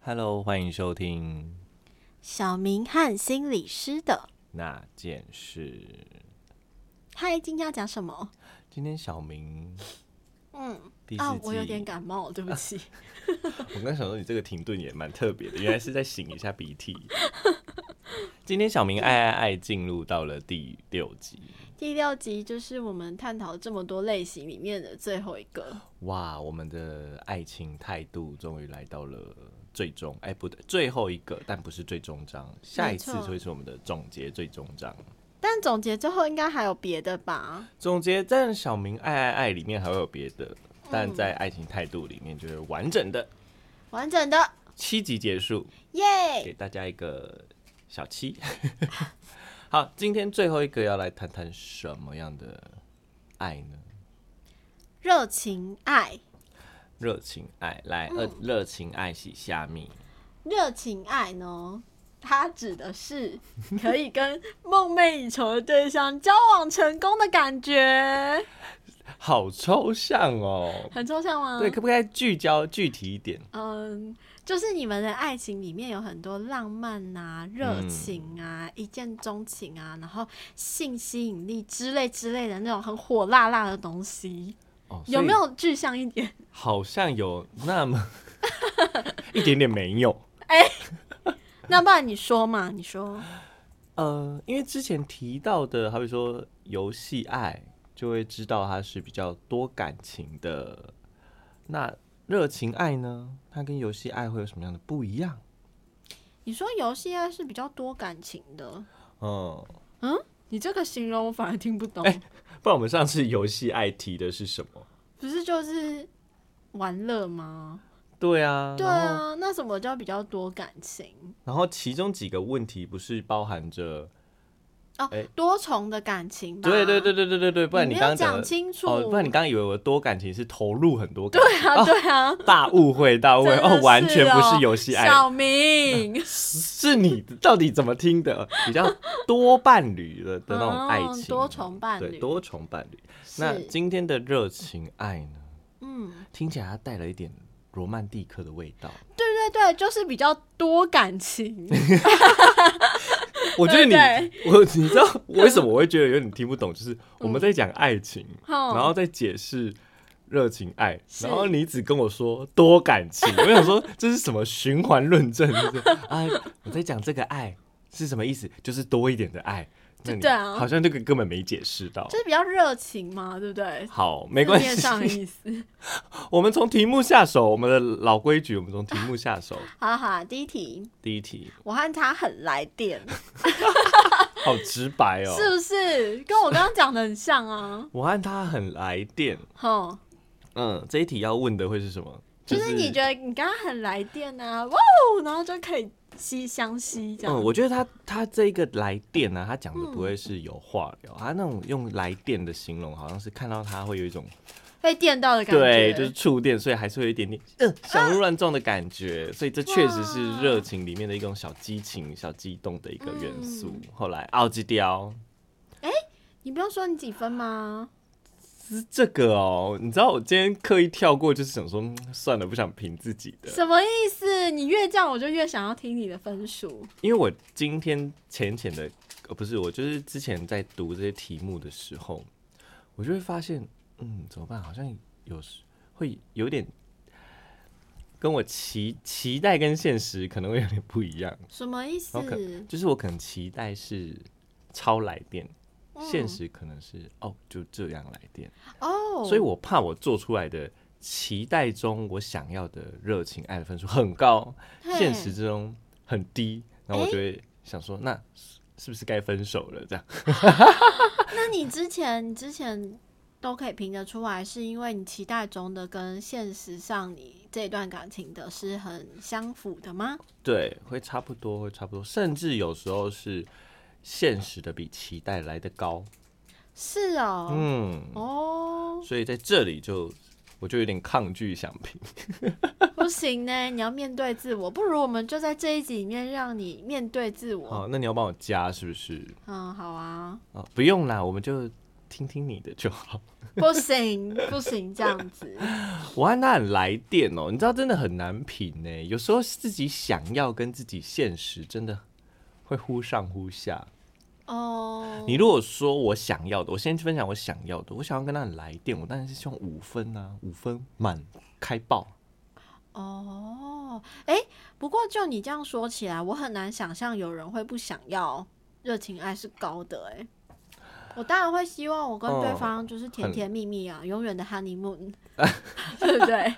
Hello，欢迎收听小明和心理师的。那件事。嗨，今天要讲什么？今天小明嗯，第四季，啊，我有点感冒，对不起。 我刚想说你这个停顿也蛮特别的，原来是在擤一下鼻涕。 今天小明爱爱爱进入到了第六集，第六集就是我们探讨这么多类型里面的最后一哦个，哇，我们的爱情态度终于来到了最终，哎，不对，最后一个，但不是最终章，下一次没就错会是我们的总结最终章。但总结最后应该还有别的吧？总结在小明爱爱爱里面还会有别嗯的，但在爱情态度里面就是完整的完整的，七集结束，耶、给大家一个小七。 好，今天最后一个要来谈谈什么样的爱呢？热情爱，热情爱，来，嗯热热情爱洗虾米，热情爱呢？它指 的是可以跟梦寐以求的对象交往成功的感觉，好抽象哦。很抽象吗？对，可不可以聚焦具体一点？嗯，就是你们的爱情里面有很多浪漫啊、热嗯情啊、一见钟情啊，然后性吸引力之类之类的那种很火辣辣的东西，哦，有没所以有具象一点？ 好像有那么 一点点没有？那不然你说嘛，你说，呃，因为之前提到的，好比说游戏爱，就会知道它是比较多感情的。那热情爱呢？它跟游戏爱会有什么样的不一样？你说游戏爱是比较多感情的，嗯，你这个形容我反而听不懂，哎不然我们上次游戏爱提的是什么？不是就是玩乐吗？对啊，对然后啊，那什么叫比较多感情？然后其中几个问题不是包含着，哦，哎多重的感情吧。对对对对对对对，不然你你没刚刚有讲讲的清楚，哦，不然你刚刚以为我多感情是投入很多感对啊对啊。大误会大误会真的哦，完全不哦是游戏爱，小明，是你到底怎么听 的？比较多伴侣的的那种爱情，啊哦多重伴对侣，多重伴侣。是那今天的热情爱呢？嗯，听起来它带了一点罗曼蒂克的味 道。对对对，就是比较多 感情，我觉得你对，我你知道为什么我会觉得有点听不懂？就是我们在讲爱情，哦然后再解释。热情爱，是然后你只跟我说多感情， 我想说这是什么循环论证？ 就是啊，我在讲这个爱是什么意思？就是多一点的爱。那你对啊好像这个根本没解释到就。是比较热情嘛，对不对？好，没关字面上的系，意思。 我们从题目下手，我们的老规矩，我们从题目下手。 好啦好啦，第一题，第一题，我和他很来电，好直白哦。是不是？跟我刚刚讲的很像啊。我和他很来电。哼，嗯，这一题要问的会是什么？就是你觉得你刚刚很来电啊，哇哦，然后就可以吸相吸这样。嗯，我觉得他他这个来电呢、啊，他讲的不会是有话聊，他那种用来电的形容，好像是看到他会有一种被电到的感觉，啊对，就是触电，所以还是会有一点点嗯小鹿乱撞的感觉，所以这确实是哇热情里面的一种小激情、小激动的一个元素。嗯后来啊奥基雕你不用说你几分吗？是这个哦，你知道我今天刻意跳过，就是想说嗯算了，不想评自己的，什么意思？你越这样，我就越想要听你的分数。因为我今天浅浅的，呃，不是我，就是之前在读这些题目的时候，我就会发现，嗯，怎么办？好像有时会有点跟我期期待跟现实可能会有点不一样，什么意思然后？可就是我可能期待是超来电，现实可能是哦就这样来电，哦，所以我怕我做出来的期待中我想要的热情爱的分数很高，嘿现实之中很低，然后我诶就会想说，那是是不是该分手了？这样 啊那你之前你之前都可以评得出来，是因为你期待中的跟现实上你这段感情的是很相符的吗？对，会差不多，会差不多，甚至有时候是现实的比期待来得高。是哦，嗯，哦， 所以在这里就我就有点抗拒想评。不行呢，你要面对自我，不如我们就在这一集里面让你面对自我。哦好，那你要帮我加是不是？哦嗯，好啊，啊，不用啦，我们就听听你的就好。 不行不行，这样子，我安娜很来电哦，你知道真的很难评呢。有时候自己想要跟自己现实真的会忽上忽下。哦，你如果说我想要的，我先分享我想要的，我想要跟他很来电，我当然是希望五分啊，五分满开爆。哦，哎，不过就你这样说起来，我很难想象有人会不想要热情爱是高的哎、我当然会希望我跟对哦方就是甜很甜蜜蜜啊，永远 的 honeymoon，对不对？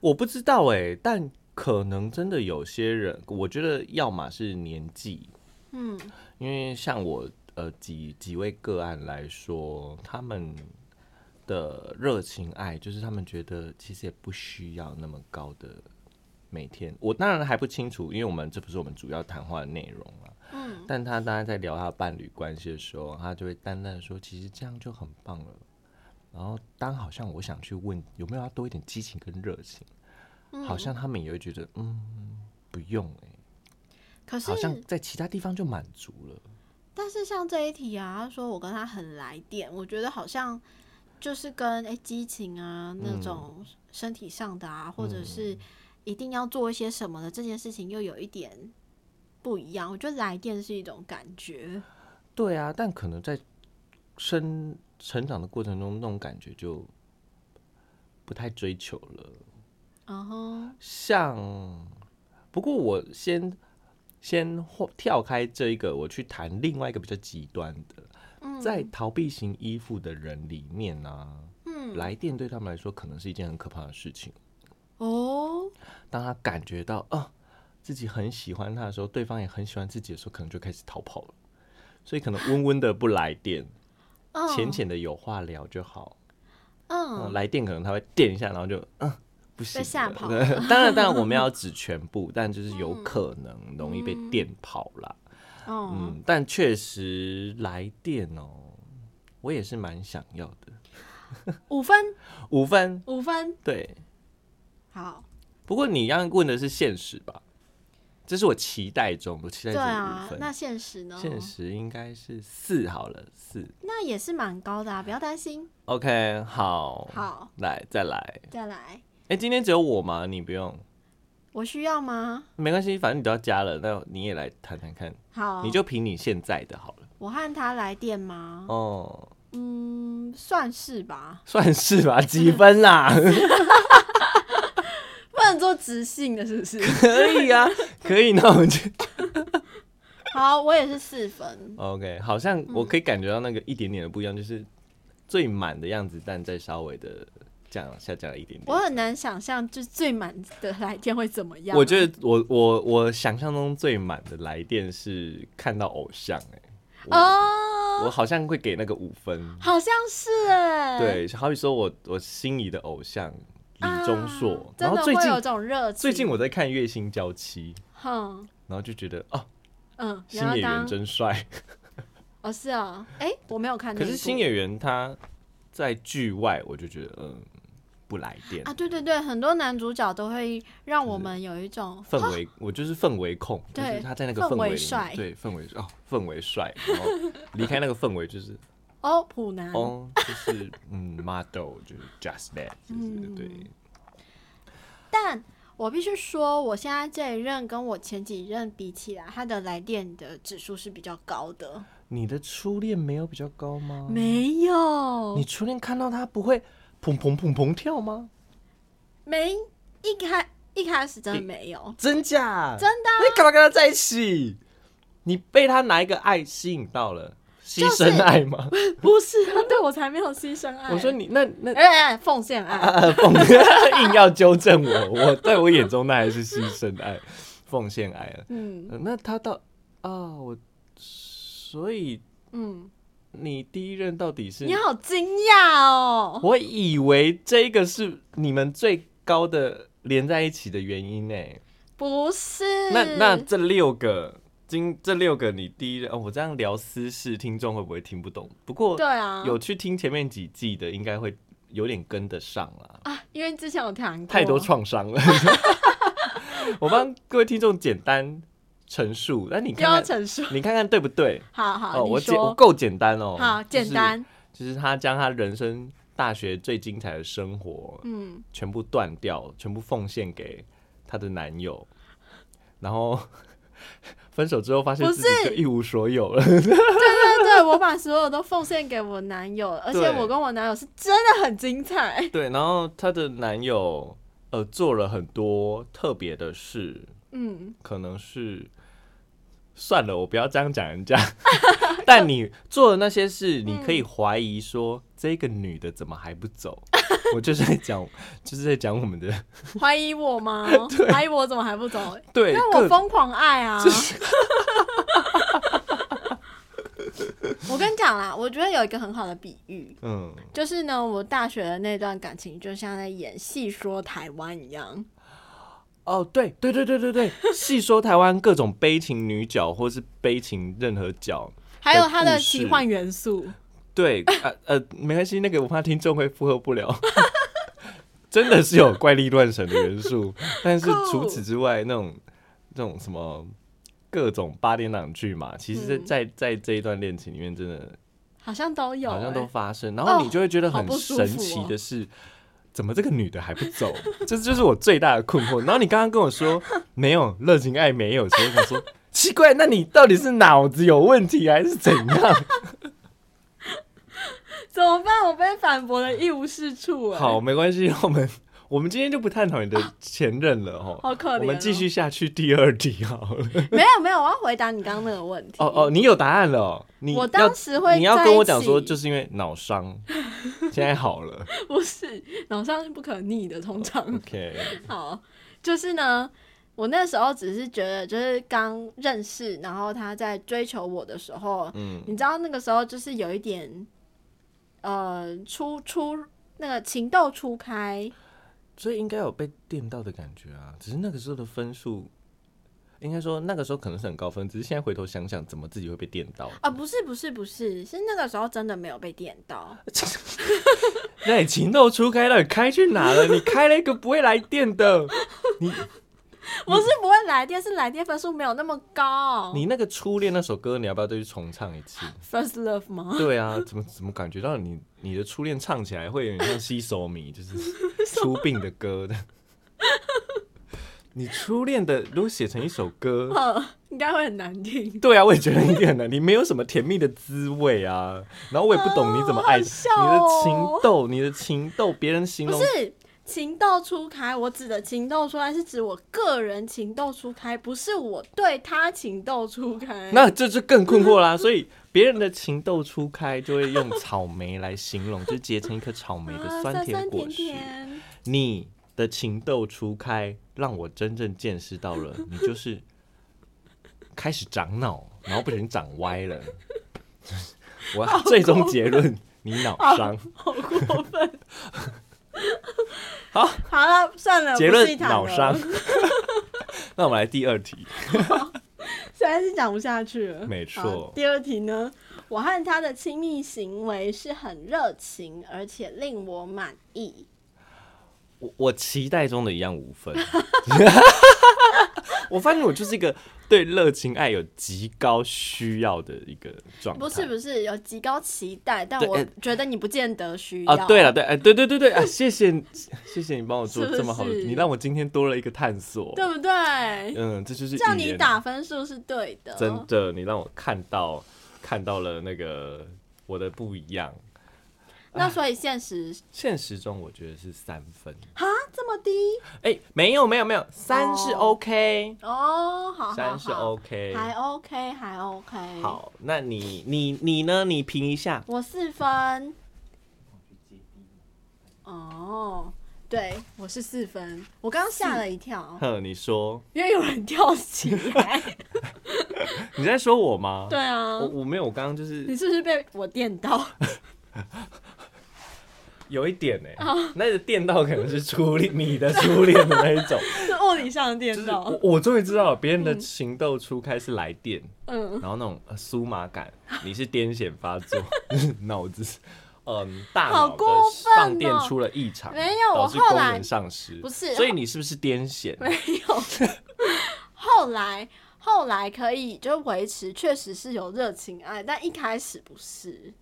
我不知道哎、但可能真的有些人，我觉得要么是年纪，嗯，因为像我呃几几位个案来说，他们的热情爱就是他们觉得其实也不需要那么高的每天。我当然还不清楚，因为我们这不是我们主要谈话的内容啊。嗯，但他当然在聊他伴侣关系的时候，他就会淡淡地说，其实这样就很棒了。然后当好像我想去问有没有要多一点激情跟热情，嗯好像他们也会觉得嗯不用哎、可是好像在其他地方就满足了。但是像这一题啊，他说我跟他很来电，我觉得好像就是跟诶激情啊嗯那种身体上的啊，或者是一定要做一些什么的这件事情，又有一点不一样。我觉得来电是一种感觉，对啊，但可能在生成长的过程中，那种感觉就不太追求了。嗯哼，像，不过我先先或跳开这一个，我去谈另外一个比较极端的，在逃避型依附的人里面呢、嗯，来电对他们来说可能是一件很可怕的事情。哦，当他感觉到啊、自己很喜欢他的时候，对方也很喜欢自己的时候，可能就开始逃跑了。所以可能温温的不来 电，嗯，浅浅的有话聊就好。嗯，嗯，来电可能他会电一下，然后就嗯不行了，吓跑嗯当然，当然我们要指全部，但就是有可能容易被电跑啦。哦，嗯，但确实来电哦，我也是蛮想要的，嗯五分，五分五分，对。好，不过你刚刚问的是现实吧？这是我期待中，我期待对是啊五，分。那现实呢？现实应该是四好了，四。那也是蛮高的啊，不要担心。 OK，好，好，来再来。再来，哎、今天只有我吗？你不用，我需要吗？没关系，反正你都要加了，那你也来谈谈看。好，你就凭你现在的好了。我和他来电吗？哦，嗯，算是吧，算是 吧，几分啦？不能做直性的，是不是？可以啊，可以。那我们就 好，我也是四分。 OK。好像嗯我可以感觉到那个一点点的不一样，就是最满的样子，但再稍微的降下降了一点我点。很难想象，就最满的来电会怎么样。我觉得我我我想象中最满的来电是看到偶像哎、我哦，我好像会给那个五分。好像是哎，对，好比说我我心仪的偶像啊，李钟硕，真然后的最会近有种热情。最近，我在看《月薪娇妻》，哼，然后就觉得哦，嗯，新然后演员当真帅。哦是哦，哎，我没有看那一可部。是新演员他在剧外，我就觉得嗯不来电啊，，对对对，很多男主角都会让我们有一种氛围我就是氛围控，就啊对是他在那个氛围围里帅面，对氛围哦氛围帅，然后离开那个氛围就是哦普男。哦就是嗯 model 就是 just that 就是嗯对但我必须说，我现在这一任跟我前几任比起来，他的来电的指数是比较高的。你的初恋没有比较高吗？没有你，初恋看到他不会砰砰砰砰跳吗？没一开一开始真的没有，真假？真的啊你干嘛跟他在一起？你被他哪一个爱吸引到了？牺就是牲爱吗？ 不是他对我才没有牺牲爱。我说，你那那哎哎、哎奉献 爱，啊，奉硬要纠正我，我在我眼中那还是牺牲爱、 奉献爱了。嗯呃那他到啊，我所以嗯，你第一任到底是你？好惊讶哦。 我以为这个是你们最高的连在一起的原因呢、不是，那那这六个，今这六个你第一任，哦，我这样聊私事，听众会不会听不懂？不过对啊，有去听前面几季的，应该会有点跟得上啦。啊，因为之前有谈过，太多创伤 了。我帮各位听众简单陈述，那你又看要看，陈述。你看看对不对？好好，哦，你我简我说够简单哦，好就是简，单，就是他将他人生大学最精彩的生活嗯，全部断掉，全部奉献给她的男友，然后 分手之后发现不自己就是一无所有了。 对对，我把所有都奉献给我男友，而且对我跟我男友是真的很 精彩。对，然后她的男友呃做了很多特别的事，嗯，可能是算了，我不要这样讲人 家。但你做的那些事，你可以怀疑说、这个女的怎么还不 走？我就是在讲，就是在讲我们的怀疑 我吗？怀疑我怎么还不走？对，因为我各疯狂爱啊！ 我跟你讲啦，我觉得有一个很好的比喻，嗯，就是呢，我大学的那段感情就像在演戏说台湾一样。哦，对对对对对对，细说台湾各种悲情女角，或是悲情任何角，还有它的故事奇幻元素，对，呃呃，没关系，那个我怕听众会负荷不了。 真的是有怪力乱神的元素，但是酷除此之外，那种那种什么各种八点档剧嘛，其实在、嗯在在这一段恋情里面，真的好像都有、好像欸都发生，然后你就会觉得好很不舒服哦神奇的是，怎么这个女的还不走？这就是我最大的困惑。然后你刚刚跟我说没有热情爱没有，所以我想说 奇怪，那你到底是脑子有问题还是怎 样？怎么办？我被反驳的一无是处、欸，好，，没关系，我们我们今天就不探讨你的前任了哦。好可怜、我们继。续下去第二题好了。 没有没有，我要回答你刚刚那个问题。哦哦，你有答案了哦、你我要当时会你要在跟一我讲说，起就是因为脑伤，现在好 了。不是脑伤是不可逆的，通常 OK，好，就是呢，我那时候只是觉得，就是刚认识，然后他在追求我的时候，嗯你知道那个时候就是有一点，呃，初初那个情窦初开，所以应该有被电到的感觉啊，只是那个时候的分数。应该说那个时候可能是很高分，只是现在回头想想，怎么自己会被电到？啊，不是不是不是，是那个时候真的没有被电 到，那你情窦初开到底开去哪 了？你开了一个不会来电的，我是不会来电，是来电分数没有那么高。你那个初恋那首歌，你要不要再去重唱一次？ first love 吗？对啊，怎么怎么感觉到你你的初恋唱起来会有点像吸手米， 就是出殡的歌的。 你初恋的如果写成一首歌，嗯，应该会很难听。 对啊，我也觉得一点 难，你没有什么甜蜜的滋味啊。然后我也不懂你怎么爱、啊好笑你的哦情窦，你的情窦，别人形不容是情窦初开，我指的情窦初开是指我个人情窦初开，不是我对他情窦初开。那这就更困惑啦。所以别人的情窦初开就会用草莓来形容，就结成一颗草莓的啊酸甜酸果甜实。甜，你的情窦初开，让我真正见识到了，你就是开始长脑，然后不小心长歪 了。我要最终结论，你脑伤。好过分。好，好了，算了，结呃不细论谈脑了 伤，。那我们来第二题，实在是讲不下去了。没错好第二题呢，我和他的亲密行为是很热情，而且令我满意。我我期待中的一样五分。 我发现我就是一个对热情爱有极高需要的一个状态。不是不是，有极高期待，但对我呃觉得你不见得需要。啊，对了，对，哎，对对对对，啊， 谢谢你，谢谢你帮我做是不这么好的，是你让我今天多了一个探索。对不对？嗯，这就是叫语你言，打分数是对的。真的，你让我看到看到了那个我的不一样。哎那所以现实现实中我觉得是三分，哈这么低哎、没有没有没有，三是哦 OK，、哦，好好好，三是 OK。还 OK 还 OK。，好，那你你你呢？你评一下。我四分。哦，对，我是四分，我刚吓了一跳，哼，你说因为有人跳起 啊来。你在说我吗？ 对啊我，我没有，我刚刚就是你是不是被我电到？ 有一点 哎、哦那个电到可能是初恋，你的初恋的那一种。是物理上的就电是到我？我终于知道了，别人的情窦初开是来电，嗯，然后那种呃酥麻 感，你是癫痫发作， 脑子嗯大好脑的过分哦放电出了异常，没有导我致后功来能丧失，不是所以你是不是癫痫？没有。后来后来可以就维持，确实是有热情爱，但一开始不是。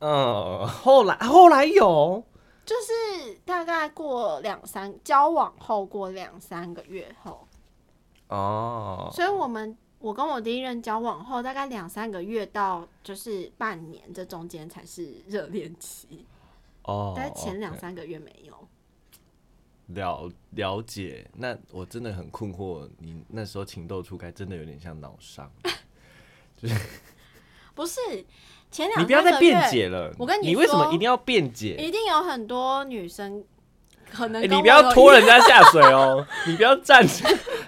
嗯，后来后来有，就是大概过两三交往后过两三个月后，哦，所以我们我跟我第一任交往后大概两三个月到就是半年这中间才是热恋期，哦，但是前两 OK 三个月没有。了了解，那我真的很困惑，你那时候情窦初开，真的有点像脑伤。不是前两你不要三再啊个月辩解了，我跟你你为什么说一定要辩解？一定有很多女生可能哎、跟你我不要有一拖人家下水 哦，你不要 站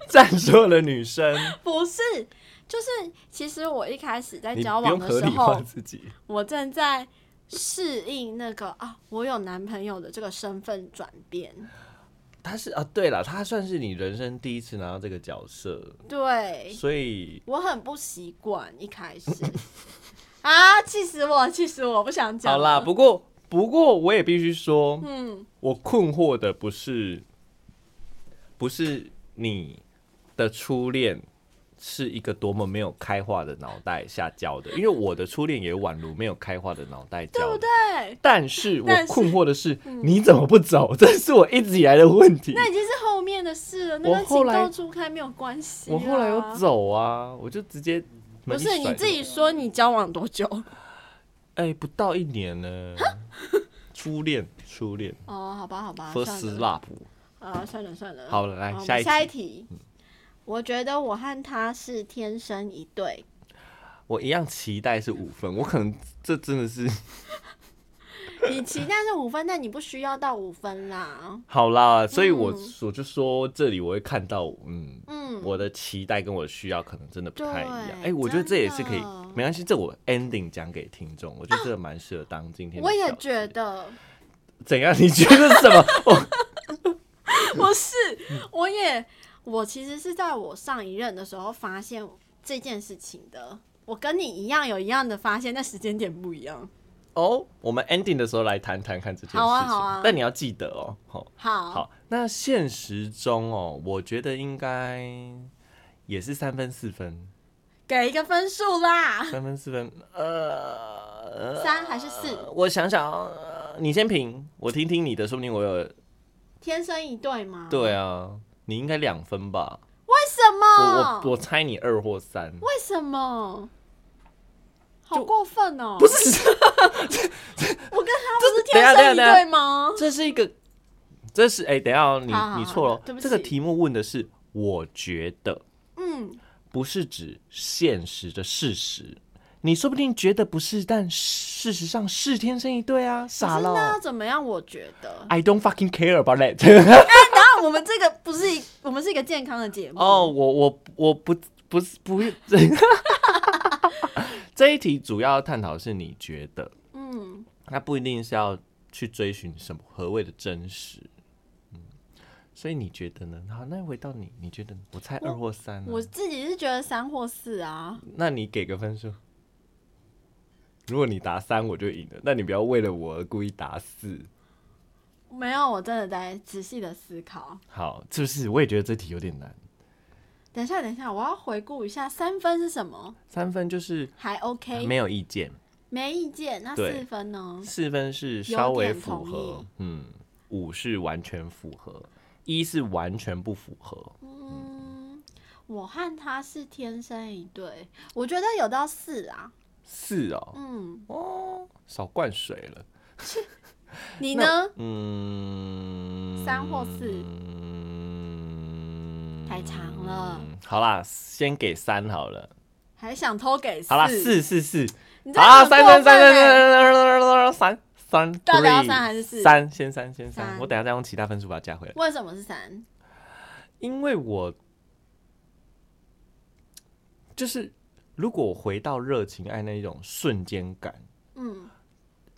站所有的女生，不是，就是其实我一开始在你交不用往的合时理化 候，自己。我正在适应那个啊，我有男朋友的这个身份转变。他是啊，对了，他算是你人生第一次拿到这个角色，对，所以我很不习惯一开 始啊，气死我，气死我，不想讲。好啦。，不过不过我也必须说，嗯，我困惑的不是不是你的初恋是一个多么没有开化的脑袋下教的，因为我的初恋也宛如没有开化的脑袋教对的，不对？但是我但是嗯困惑的是，你怎么不走？这是我一直以来的问题。那已经是后面的事了，那我跟后情来窦初开没有关系、啊。我后来有走啊，我就直接门不一是你甩自己说你交往多久？哎、不到一年呢。初恋，初恋哦，好吧，好吧，算，first 了。 love。啊，算了算了。好了，来好下我一们题嗯下一。题。我觉得我和他是天生一对，我一样期待是五 分，我可能这真的是 你期待是五分，但你不需要到五分啦。好啦，所以我、嗯我就说这里我会看到，嗯，嗯，我的期待跟我的需要可能真的不太一样。哎、对我觉得这也是可以真的，没关系，这我 ending 讲给听众，我觉得这个蛮适合当今天的啊我也小题觉得，怎样？你觉得什么？ 我 我是，我也，我其实是在我上一任的时候发现这件事情的。我跟你一样有一样的发现，但时间点不一样。哦，我们 ending 的时候来谈谈看这件事情。好啊好啊但你要记得哦，好、好，好。那现实中哦，我觉得应该也是三分四分，给一个分数啦。三分四分，呃，三还是四？我想想哦，呃你先评，我听听你的，说不定我嗯有。天生一对吗？对啊，你应该两分吧？为什么？我我我猜你二或三。为什么？好过分哦！不，是，我跟他不是等一下天生一等一下对吗？这是一个，这是哎、等一下、哦，你好好你错了好对不，起这个题目问的是我觉得。嗯，不是指现实的事实。你说不定觉得不是，但事实上是天生一对啊，傻可是了那要怎么样？我觉得， ！I don't fucking care about that 。然后我们这个不是一，我们是一个健康的节目哦，我我我不不是不是。这一题主要探讨的是你觉得，嗯，那不一定是要去追寻什么何谓的真实。嗯，所以你觉得呢？好，那回到你，你觉得呢我猜二或三、啊我自己是觉得三或四啊，那你给个分数。如果你答三，我就赢了。那你不要为了我而故意答四。没有，我真的在仔细的思考。好，是不是？我也觉得这题有点难。等一下，等一下，我要回顾一下，三分是什么？三分就是还 OK，没有意见，没意见。那对四分呢？四分是稍微有点符同合意，嗯，五是完全符合，一是完全不符合。嗯，我和他是天生一对，我觉得有到四啊。四哦，嗯，哦，少灌水了。你呢？嗯，三或四嗯，太长了，好啦，先给三好了。还想偷给四？好啦，四四四。你真的好，很三过三三分三三三三三三，欸到底要三还是四三先三先三，三我等下再用其他分数把它加回来。为什么是三？因为我就是如果回到热情爱那一种瞬间感，嗯，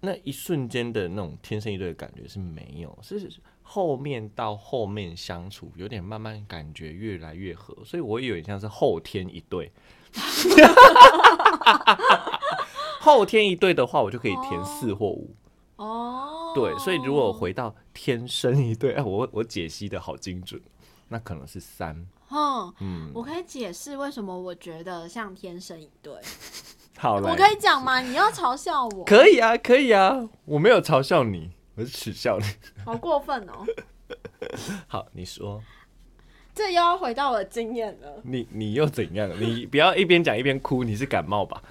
那一瞬间的那种天生一对的感觉是没有，是后面到后面相处有点慢慢感觉越来越合，所以我有点像是后天一对。 后天一对的话，我就可以填四或五。哦，对，所以如果回到天生一对，哎，我我解析的好精准，那可能是三。哼，嗯，我可以解释为什么我觉得像天生一对，好了，我可以讲吗？你要嘲笑我，可以啊，可以啊，我没有嘲笑你，我是耻笑你。 好过分哦！好，你说，这又要回到我的经验了。你你又怎样？你不要一边讲一边哭，你是感冒吧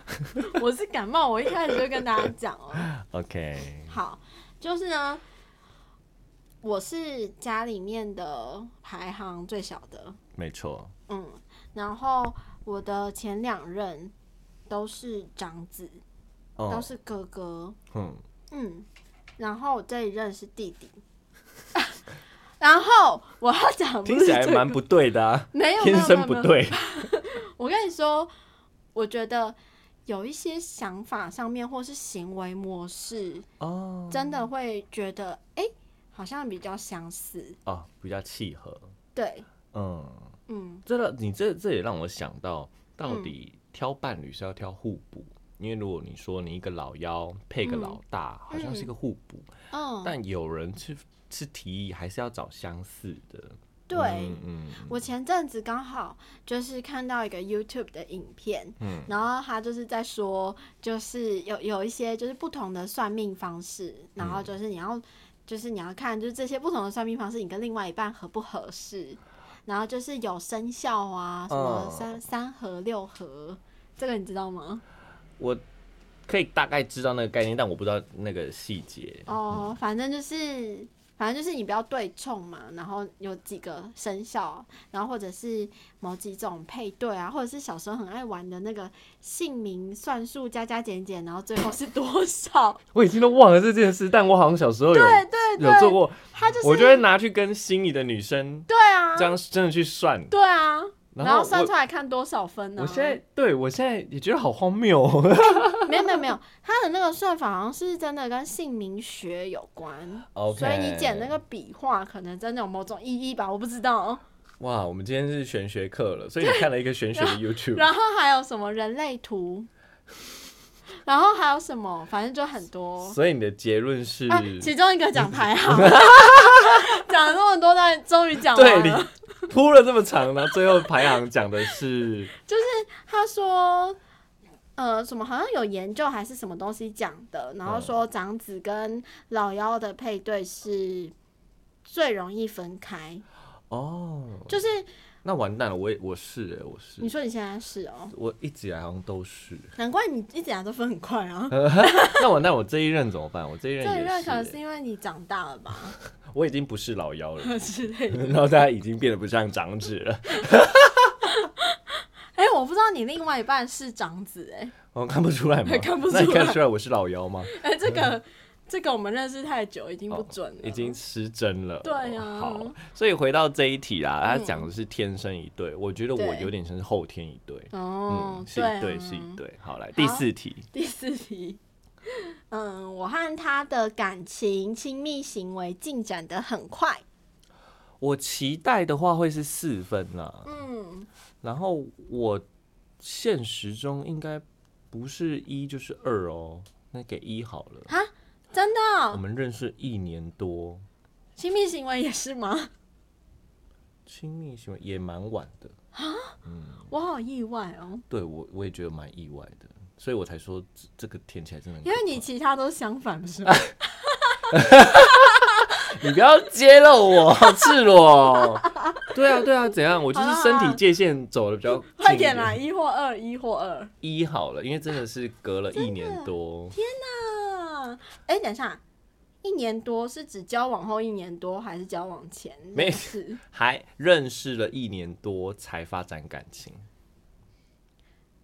我是感冒，我一开始就跟大家讲哦。 ？OK，好，就是呢，我是家里面的排行最小的，没错，嗯，然后我的前两任都是长子，都哦，是哥哥，嗯，嗯，然后我这一任是弟弟。 然后我要讲的不听是起来这蛮个不对的、啊，没有天没有没有生没不有对。我跟你说，我觉得有一些想法上面或是行为模式，哦真的会觉得哎、诶好像比较相似。哦，比较契合，对，嗯。嗯，这让你这这也让我想到，到底挑伴侣是要挑互补，因为如果你说你一个老幺配嗯个老大，好像是个互补，哦，但有人是是提议还是要找相似的。对。嗯嗯我前阵子刚好就是看到一个 YouTube 的影片，嗯然后他就是在说，就是有有一些就是不同的算命方式，然后就是你要就是你要看就是这些不同的算命方式，你跟另外一半合不合适，然后就是有生肖啊，什么哦三、三合六合，这个你知道吗？我可以大概知道那个概念，但我不知道那个细节。哦，反正就是，反正就是你不要对冲嘛，然后有几个生肖，然后或者是某几种配对啊，或者是小时候很爱玩的那个姓名算术加加减减，然后最后是多少？ 我已经都忘了这件事，但我好像小时候有对对有做对，过，他就是我就会拿去跟心仪的女生对啊，这样真的去算。对啊，然然后后算我出来看多少分呢、我现在对我现在也觉得好荒谬、哦。没有没有没有，他的那个算法好像是真的跟姓名学有关 OK 所以你剪那个笔画可能真的有某种意义吧，我不知道。 哇，我们今天是玄学课了，所以你看了一个玄学的 YouTube， 然后还有什么人类图，然后还有什么，反正就很多。所以你的结论是，啊，其中一个讲 排行，讲了那么多，但终于讲对完你了。铺了这么长，然后最后排行讲的是， 他说，呃，什么好像有研究还是什么东西讲的，然后说长子跟老幺的配对是最容易分开，哦，就是那完蛋了，我也我是欸我你是，说你现在是哦，我一直以来好像都是，难怪你一直来都分很快 啊。那完蛋，我这一任怎么办？我这一这任一也任是可能是欸，因为你长大了吧我已经不是老幺了， 之类的。然后大家已经变得不像长子了， 哎、我不知道你另外一半是长子哎、我哦看不出来吗？看不出那来你看得出来我是老幺吗？哎、这个这个我们认识太久，已经不准了，嗯哦已经失真了。哦对啊好，所以回到这一题啦，他嗯讲的是天生一对，我觉得我对有点像是后天一对。哦嗯，，是对、啊，一对，是一对。好，来第四题，第四题，嗯，我和他的感情、亲密行为进展的很快，我期待的话会是四分啦，嗯，然后我现实中应该不是一就是二哦，那给一好了。真的我哦们认识一年多，亲密行为也是吗？亲密行为也蛮晚的，我好意外哦，对我我也觉得蛮意外的，所以我才说这这个填起来真的很因可怕。为你其他都相反，不是 吗？你不要揭露我， 好赤裸。对啊，对啊，怎样？我就好是啦身好体啦界限走的比较快近一点啦，一或二，一或二。一好了，因为真的是隔了一年多，啊，哎、等一下，一年多是指交往后一年多，还是交往前？没事。还认识了一年多才发展感情，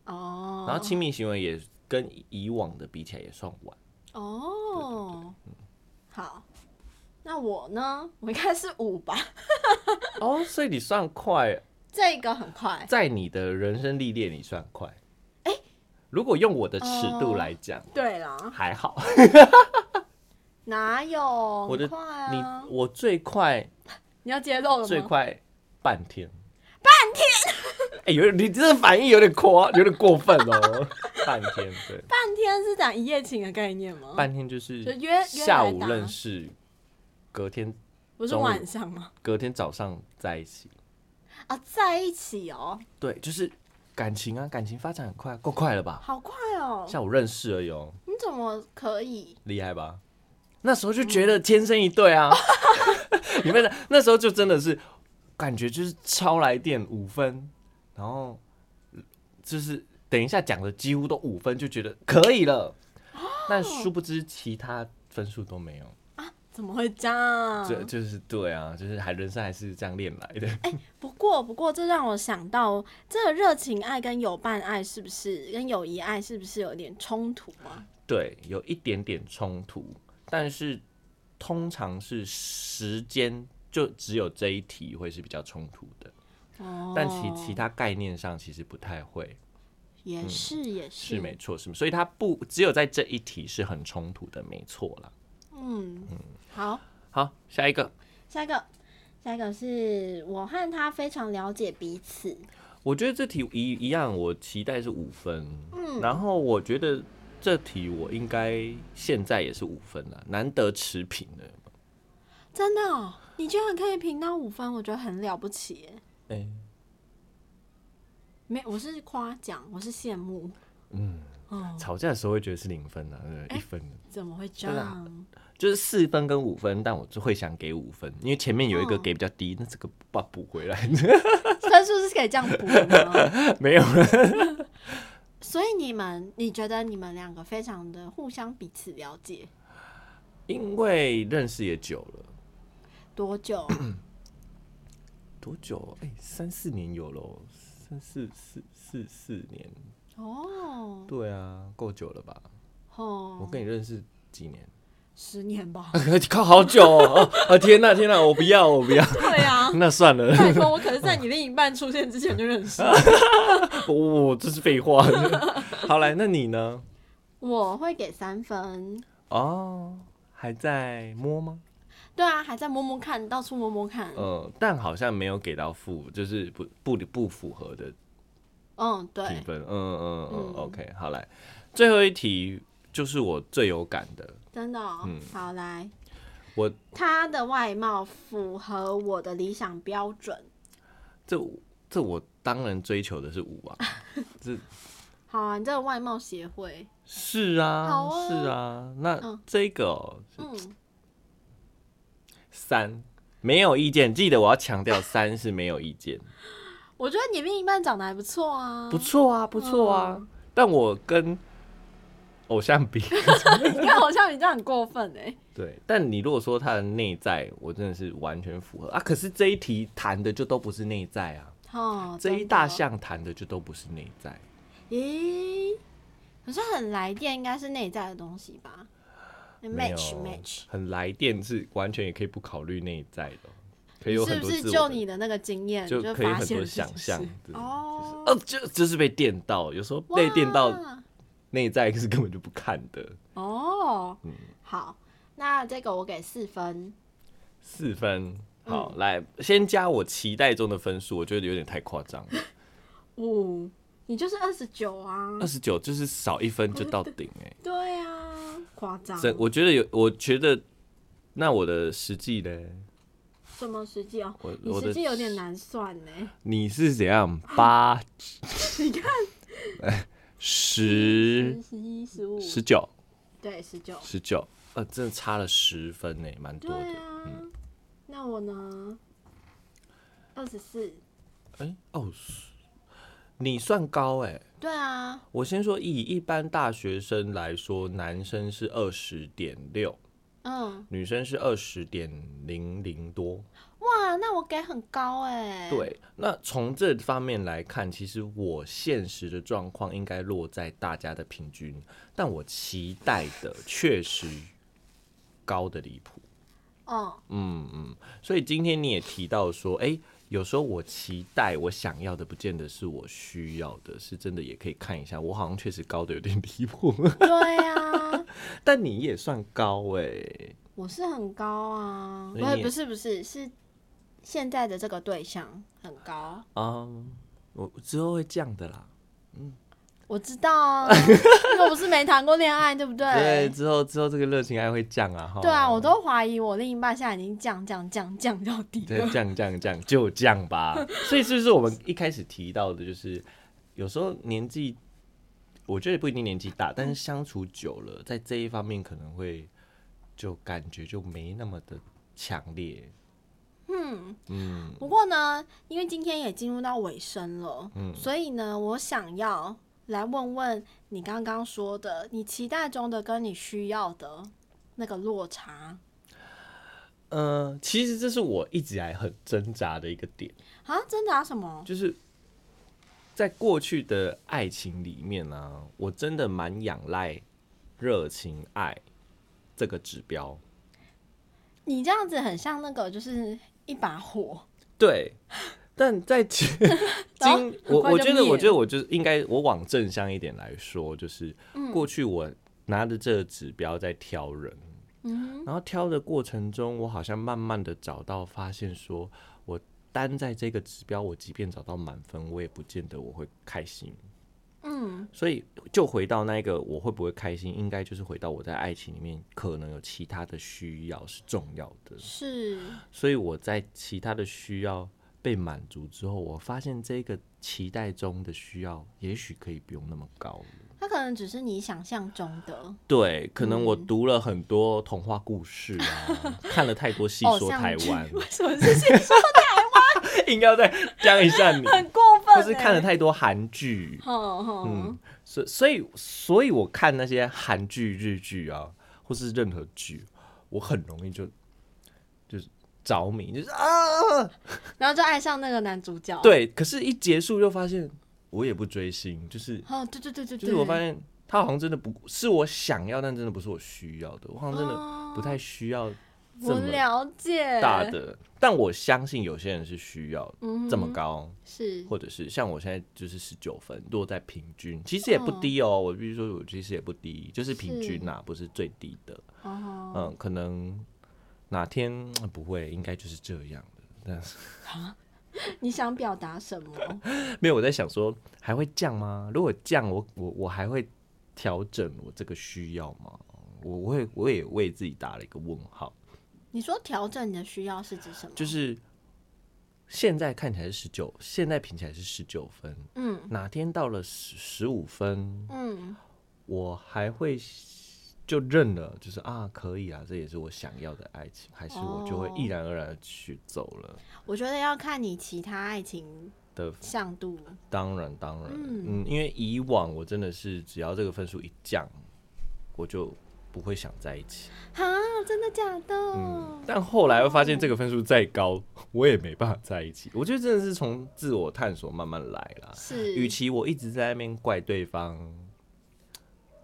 哦，然后亲密行为也跟以往的比起来也算晚。哦，好，那我呢？我应该是五吧，哦，所以你算快，这个很快，在你的人生历练里算快。如果用我的尺度来讲，对啦，还好。哪有我的很快你啊？我最快你要揭露了吗？最快半天，半天， 哎、有点你这个反应有点夸，有点过分哦。 半天，对，半天是讲一夜情的概念吗？半天就就是约约下来午打认识，隔天不是中午晚上吗？隔天早上在一起。啊，在一起哦，对，就是感情啊，感情发展很快，够快了吧？好快哦！下午认识而已哦，你怎么可以？厉害吧？那时候就觉得天生一对啊，你们那时候就真的是感觉就是超来电五分，然后就是等一下讲的几乎都五分，就觉得可以了。但殊不知其他分数都没有，怎么会这这样？就是对啊，就是还人生还是这样练来的。不过，不过，这让我想到，这个热情爱跟友伴爱是不是跟友谊爱是不是有点冲突啊？对，有一点点冲突，但是通常是时间就只有这一题会是比较冲突的，哦，但其其他概念上其实不太会，也是也是嗯是没错，是所以它不只有在这一题是很冲突的，没错啦。嗯，好，好，下一个，下一个，下一个是我和他非常了解彼此，我觉得这题一一样，我期待是五分，嗯然后我觉得这题我应该现在也是五分啦，难得持平的。真的哦、你居然可以评到五分，我觉得很了不起耶。哎、没，我是夸奖，我是羡慕。嗯，哦，哎吵架的时候会觉得是零分啊，对，一分的。怎么会这对样啊？就是四分跟五分，但我就会想给五分，因为前面有一个给比较低，那这个把它补回来 分数是可以这样补的吗？ 没有了。所以你们，你觉得你们两个非常的互相彼此了解因为认识也久了，多 久？多久？哎、三四年有喽，三四四四四年，哦，对啊，够久了吧？我哦，跟你认识几年？。十年吧靠，好久哦！ 哦啊天呐天呐，我不要我不要， 对啊，那算了， 拜托，我可是在你另一半出现之前就认识。我、我这是废话。 好来，那你呢？我会给三分。哦，还在摸吗？对啊，还在摸摸看，到处摸摸看。呃，但好像没有给到负，就是不不不符合的嗯，评对，分。嗯嗯嗯嗯，OK，好来，最后一题就是我最有感的，真的、哦。嗯好来，我他的外貌符合我的理想标准。这这我当然追求的是五 啊，这好啊，你这个外貌协会，是啊好啊是啊，那嗯这个哦嗯，三、没有意见，记得我要强调三是没有意见，我觉得你另一半长得还不错啊，不错啊不错啊，嗯但我跟偶像 比。你看，好像你这样很过分哎、对，但你如果说他的内在，我真的是完全符合啊。可是这一题谈的就都不是内在啊，哦，这真一的大项谈的就都不是内在。啊咦，可是很来电应该是内在的东西吧没有？match match，很来电是完完全也可以不考虑内在的哦，可以你有是很不多是自就我你的那个经验的就可以发很现多了想象是不是对哦，哦，就就是被电到，有时候被电到哇内在是根本就不看的。哦，嗯好，那这个我给四分，四分，嗯好，来先加我期待中的分数，我觉得有点太夸张了，五、你就是二十九啊二，十九就是少一分就到顶哎、对啊，夸张，这我觉得有，我觉得那我的实际呢？什么实际哦我？你我的实际有点难算呢、你是怎样八？ 你看 十十、十一、十五，十九、对，十九，十九，呃，真的差了十分呢，蛮对多的。嗯啊，那我呢？二十四，哎、哦，你算高哎。对啊，我先说，以一般大学生来说，男生是二十点六，嗯，女生是二十点零零多。哇，那我给很高哎、，对，那从这方面来看，其实我现实的状况应该落在大家的平均，但我期待的确实高的离谱。 哦，嗯嗯，所以今天你也提到说，哎、有时候我期待我想要的，不见得是我需要的，是真的也可以看一下，我好像确实高的有点离谱， 对啊，但你也算高哎、我是很高啊，所以你不是也不是不是是现在的这个对象很高，嗯，我之后会降的啦。我知道啊，因为我是没谈过恋爱，对不对？对，之后之后这个热情爱会降啊哈。对啊，我都怀疑我另一半现在已经降降降降到底对了。降降降就降吧。所以是不是我们一开始提到的，就是有时候年纪，我觉得不一定年纪大，但是相处久了，在这一方面可能会就感觉就没那么的强烈。嗯不过呢，因为今天也进入到尾声了，嗯所以呢，我想要来问问你刚刚说的，你期待中的跟你需要的那个落差嗯，呃，其实这是我一直以来很挣扎的一个点。啊，真的啊？什么？就是在过去的爱情里面呢、啊，我真的蛮仰赖热情爱这个指标。你这样子很像那个，就是一把火，对，但在 其今我快我就觉得，灭我觉得了我就是应该我往正向一点来说，就是过去我拿着这个指标在挑人，嗯然后挑的过程中，我好像慢慢的找到，发现说我单在这个指标，我即便找到满分，我也不见得我会开心。嗯，所以就回到那一个我会不会开心，应该就是回到我在爱情里面可能有其他的需要是重要的，是所以我在其他的需要被满足之后，我发现这个期待中的需要也许可以不用那么高了。它可能只是你想象中的对，可能嗯我读了很多童话故事啊，看了太多戏偶说像台剧 ，湾为什么是戏说硬要再加一下你，很过分、或欸？是看了太多韩剧，哼哼嗯，所所以所以我看那些韩剧、日剧啊，或是任何剧，我很容易就就是着迷，就是哦啊，然后就爱上那个男主角。，对。可是，一结束就发现我也不追星，就是哦，对对对对对，就是我发现他好像真的不是我想要，但真的不是我需要的，我好像真的哦不太需要这我么了解大的。但我相信有些人是需要嗯这么高，是或者是像我现在就是十九分，如果在平均，其实也不低哦。我必须说，我其实也不低，就是平均呐、不是最低的。哦，嗯，可能哪天嗯不会，应该就是这样的。但是你想表达什么？没有，我在想说还会降吗？如果降，我我我还会调整我这个需要吗？我我会我也为自己打了一个问号，你说调整你的需要是指什么？就是现在看起来是十九，现在评起来是十九分，嗯哪天到了十十五分，嗯我还会就认了，就是啊，可以啊，这也是我想要的爱情，还是我就会哦毅然而然的去走了。我觉得要看你其他爱情的向度。当然，当然，嗯嗯因为以往我真的是只要这个分数一降，我就不会想在一起。啊，真的假的？但后来会发现这个分数再高， 我也没办法在一起。我觉得真的是从自我探索慢慢来啦。是，与其我一直在那边怪对方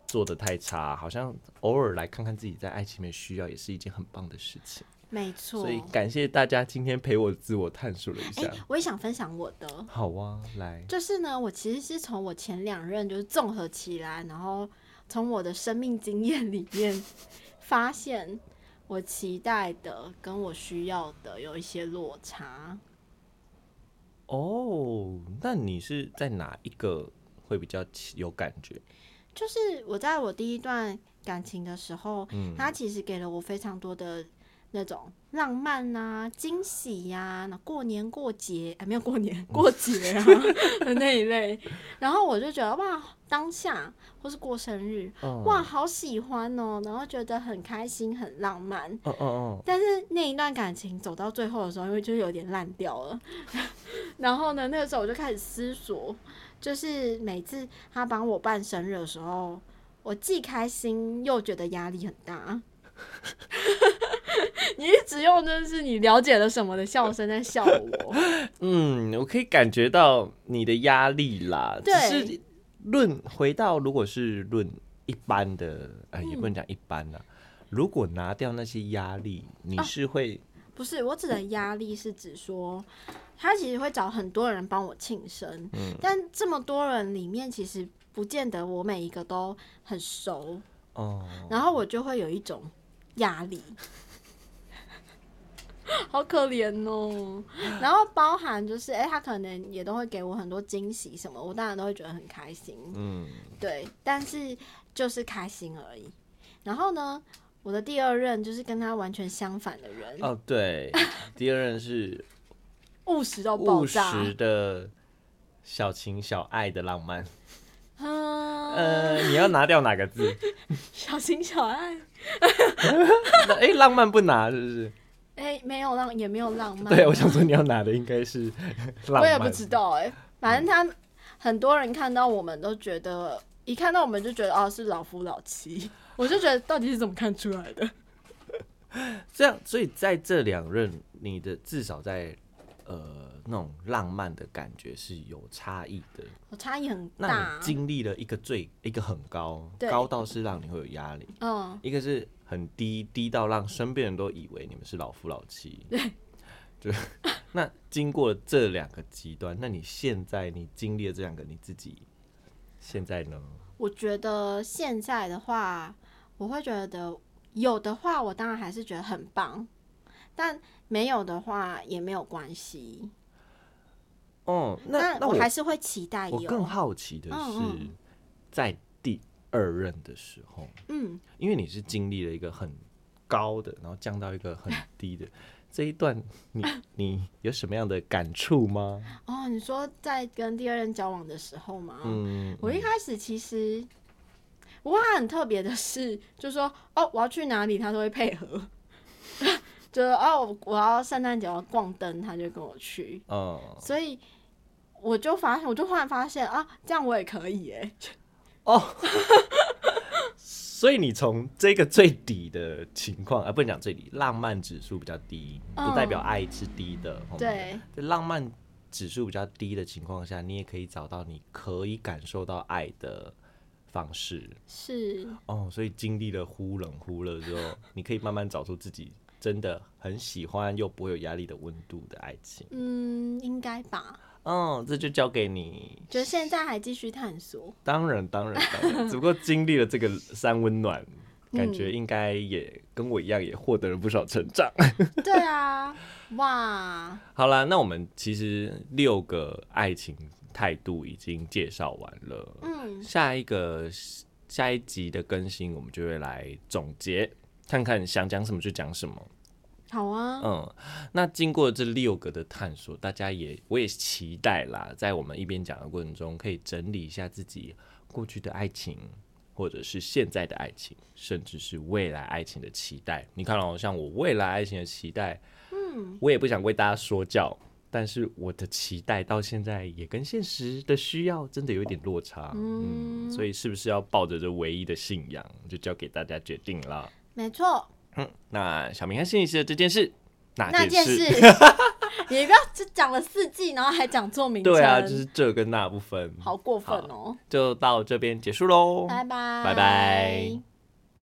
做的太差，好像偶尔来看看自己在爱情里面需要，也是一件很棒的事情。没错所。以感谢大家今天陪我自我探索了一哎、下。我也想分享我的，好啊，来，就是呢，我其实是从我前两任就是综合起来，然后从我的生命经验里面发现，我期待的跟我需要的有一些落差。哦，那你是在哪一个会比较起有感觉？就是我在我第一段感情的时候，他其实给了我非常多的那种浪漫呐、惊喜呀、那过年过节啊、没有过年过节啊 的那一类，然后我就觉得哇，当下或是过生日，哦哇，好喜欢哦，然后觉得很开心、很浪漫。哦哦哦，但是那一段感情走到最后的时候，因为就是有点烂掉了， 然后呢，那个时候我就开始思索，就是每次他帮我办生日的时候，我既开心又觉得压力很大。 你一直用就是你了解了什么的笑声在笑我，嗯，我可以感觉到你的压力啦。只对是论回到如果是论一般的，呃，也不嗯能讲一般啦。如果拿掉那些压力，你啊是会不是，我指的压力是指说，他其实会找很多人帮我庆生，嗯但这么多人里面，其实不见得我每一个都很熟，哦，然后我就会有一种压力，好可怜哦。然后包含就是，哎、他可能也都会给我很多惊喜什么，我当然都会觉得很开心，嗯，对，但是就是开心而已。然后呢，我的第二任就是跟他完全相反的人，哦， 对，第二任是务实到爆务炸，实的小情小爱的浪漫。嗯，呃，你要拿掉哪个字？ 小情小爱，那哎、浪漫不拿是不是？哎、没有浪，也没有浪漫。对，我想说你要拿的应该 是浪漫。嗯我也不知道哎、反正他很多人看到我们都觉得，一看到我们就觉得哦是老夫老妻， 我就觉得到底是怎么看出来的？这样，所以在这两任，你的至少在呃那种浪漫的感觉是有差异的。我差异很那大你。经历了一个最一个很高，对高到是让你会有压力；嗯，一个是很低，低到让身边人都以为你们是老夫老妻。对，就 那经过了这两个极端，那你现在你经历了这两个，你自己现在呢？我觉得现在的话，我会觉得有的话，我当然还是觉得很棒，但没有的话也没有关系。哦，那那我还是会期待我更啊有。好奇的嗯是嗯，在第二任的时候，嗯，因为你是经历了一个很高的，然后降到一个很低 的这一段你，你有什么样的感触吗？哦，你说在跟第二任交往的时候吗？嗯，我一开始其实，不过他很特别的是，就说哦，我要去哪里，他都会配合。 就是哦，我我要圣诞节我要逛灯，他就跟我去，哦所以我就发现，我就忽然发现啊，这样我也可以哎，哦，所以你从这个最底的情况，啊，不能讲最底，浪漫指数比较低，嗯不代表爱是低的。哦，对，在浪漫指数比较低的情况下，你也可以找到你可以感受到爱的方式。是哦，所以经历了忽冷忽热之后，你可以慢慢找出自己真的很喜欢又不会有压力的温度的爱情。嗯，应该吧，嗯，这就交给你。就现在还继续 探索，当然，当然，当然，只不过经历了这个三温暖，感觉应该也跟我一样，也获得了不少成长。 对啊，哇，好啦，那我们其实六个爱情态度已经介绍完了，嗯，下一个下一集的更新，我们就会来总结，看看想讲什么就讲什么。好啊，嗯，那经过这六个的探索，大家也我也期待啦，在我们一边讲的过程中，可以整理一下自己过去的爱情，或者是现在的爱情，甚至是未来爱情的期待。你看哦，像我未来爱情的期待，嗯，我也不想为大家说教，但是我的期待到现在也跟现实的需要真的有一点落差，嗯，所以是不是要抱着这唯一的信仰，就交给大家决定了。没错，嗯，那小明和心理师的这件事，那那件 事，你不要只讲了四季，然后还讲错名称，对啊，就是这跟那不分，好过分好哦。就到这边结束喽，拜拜，拜拜。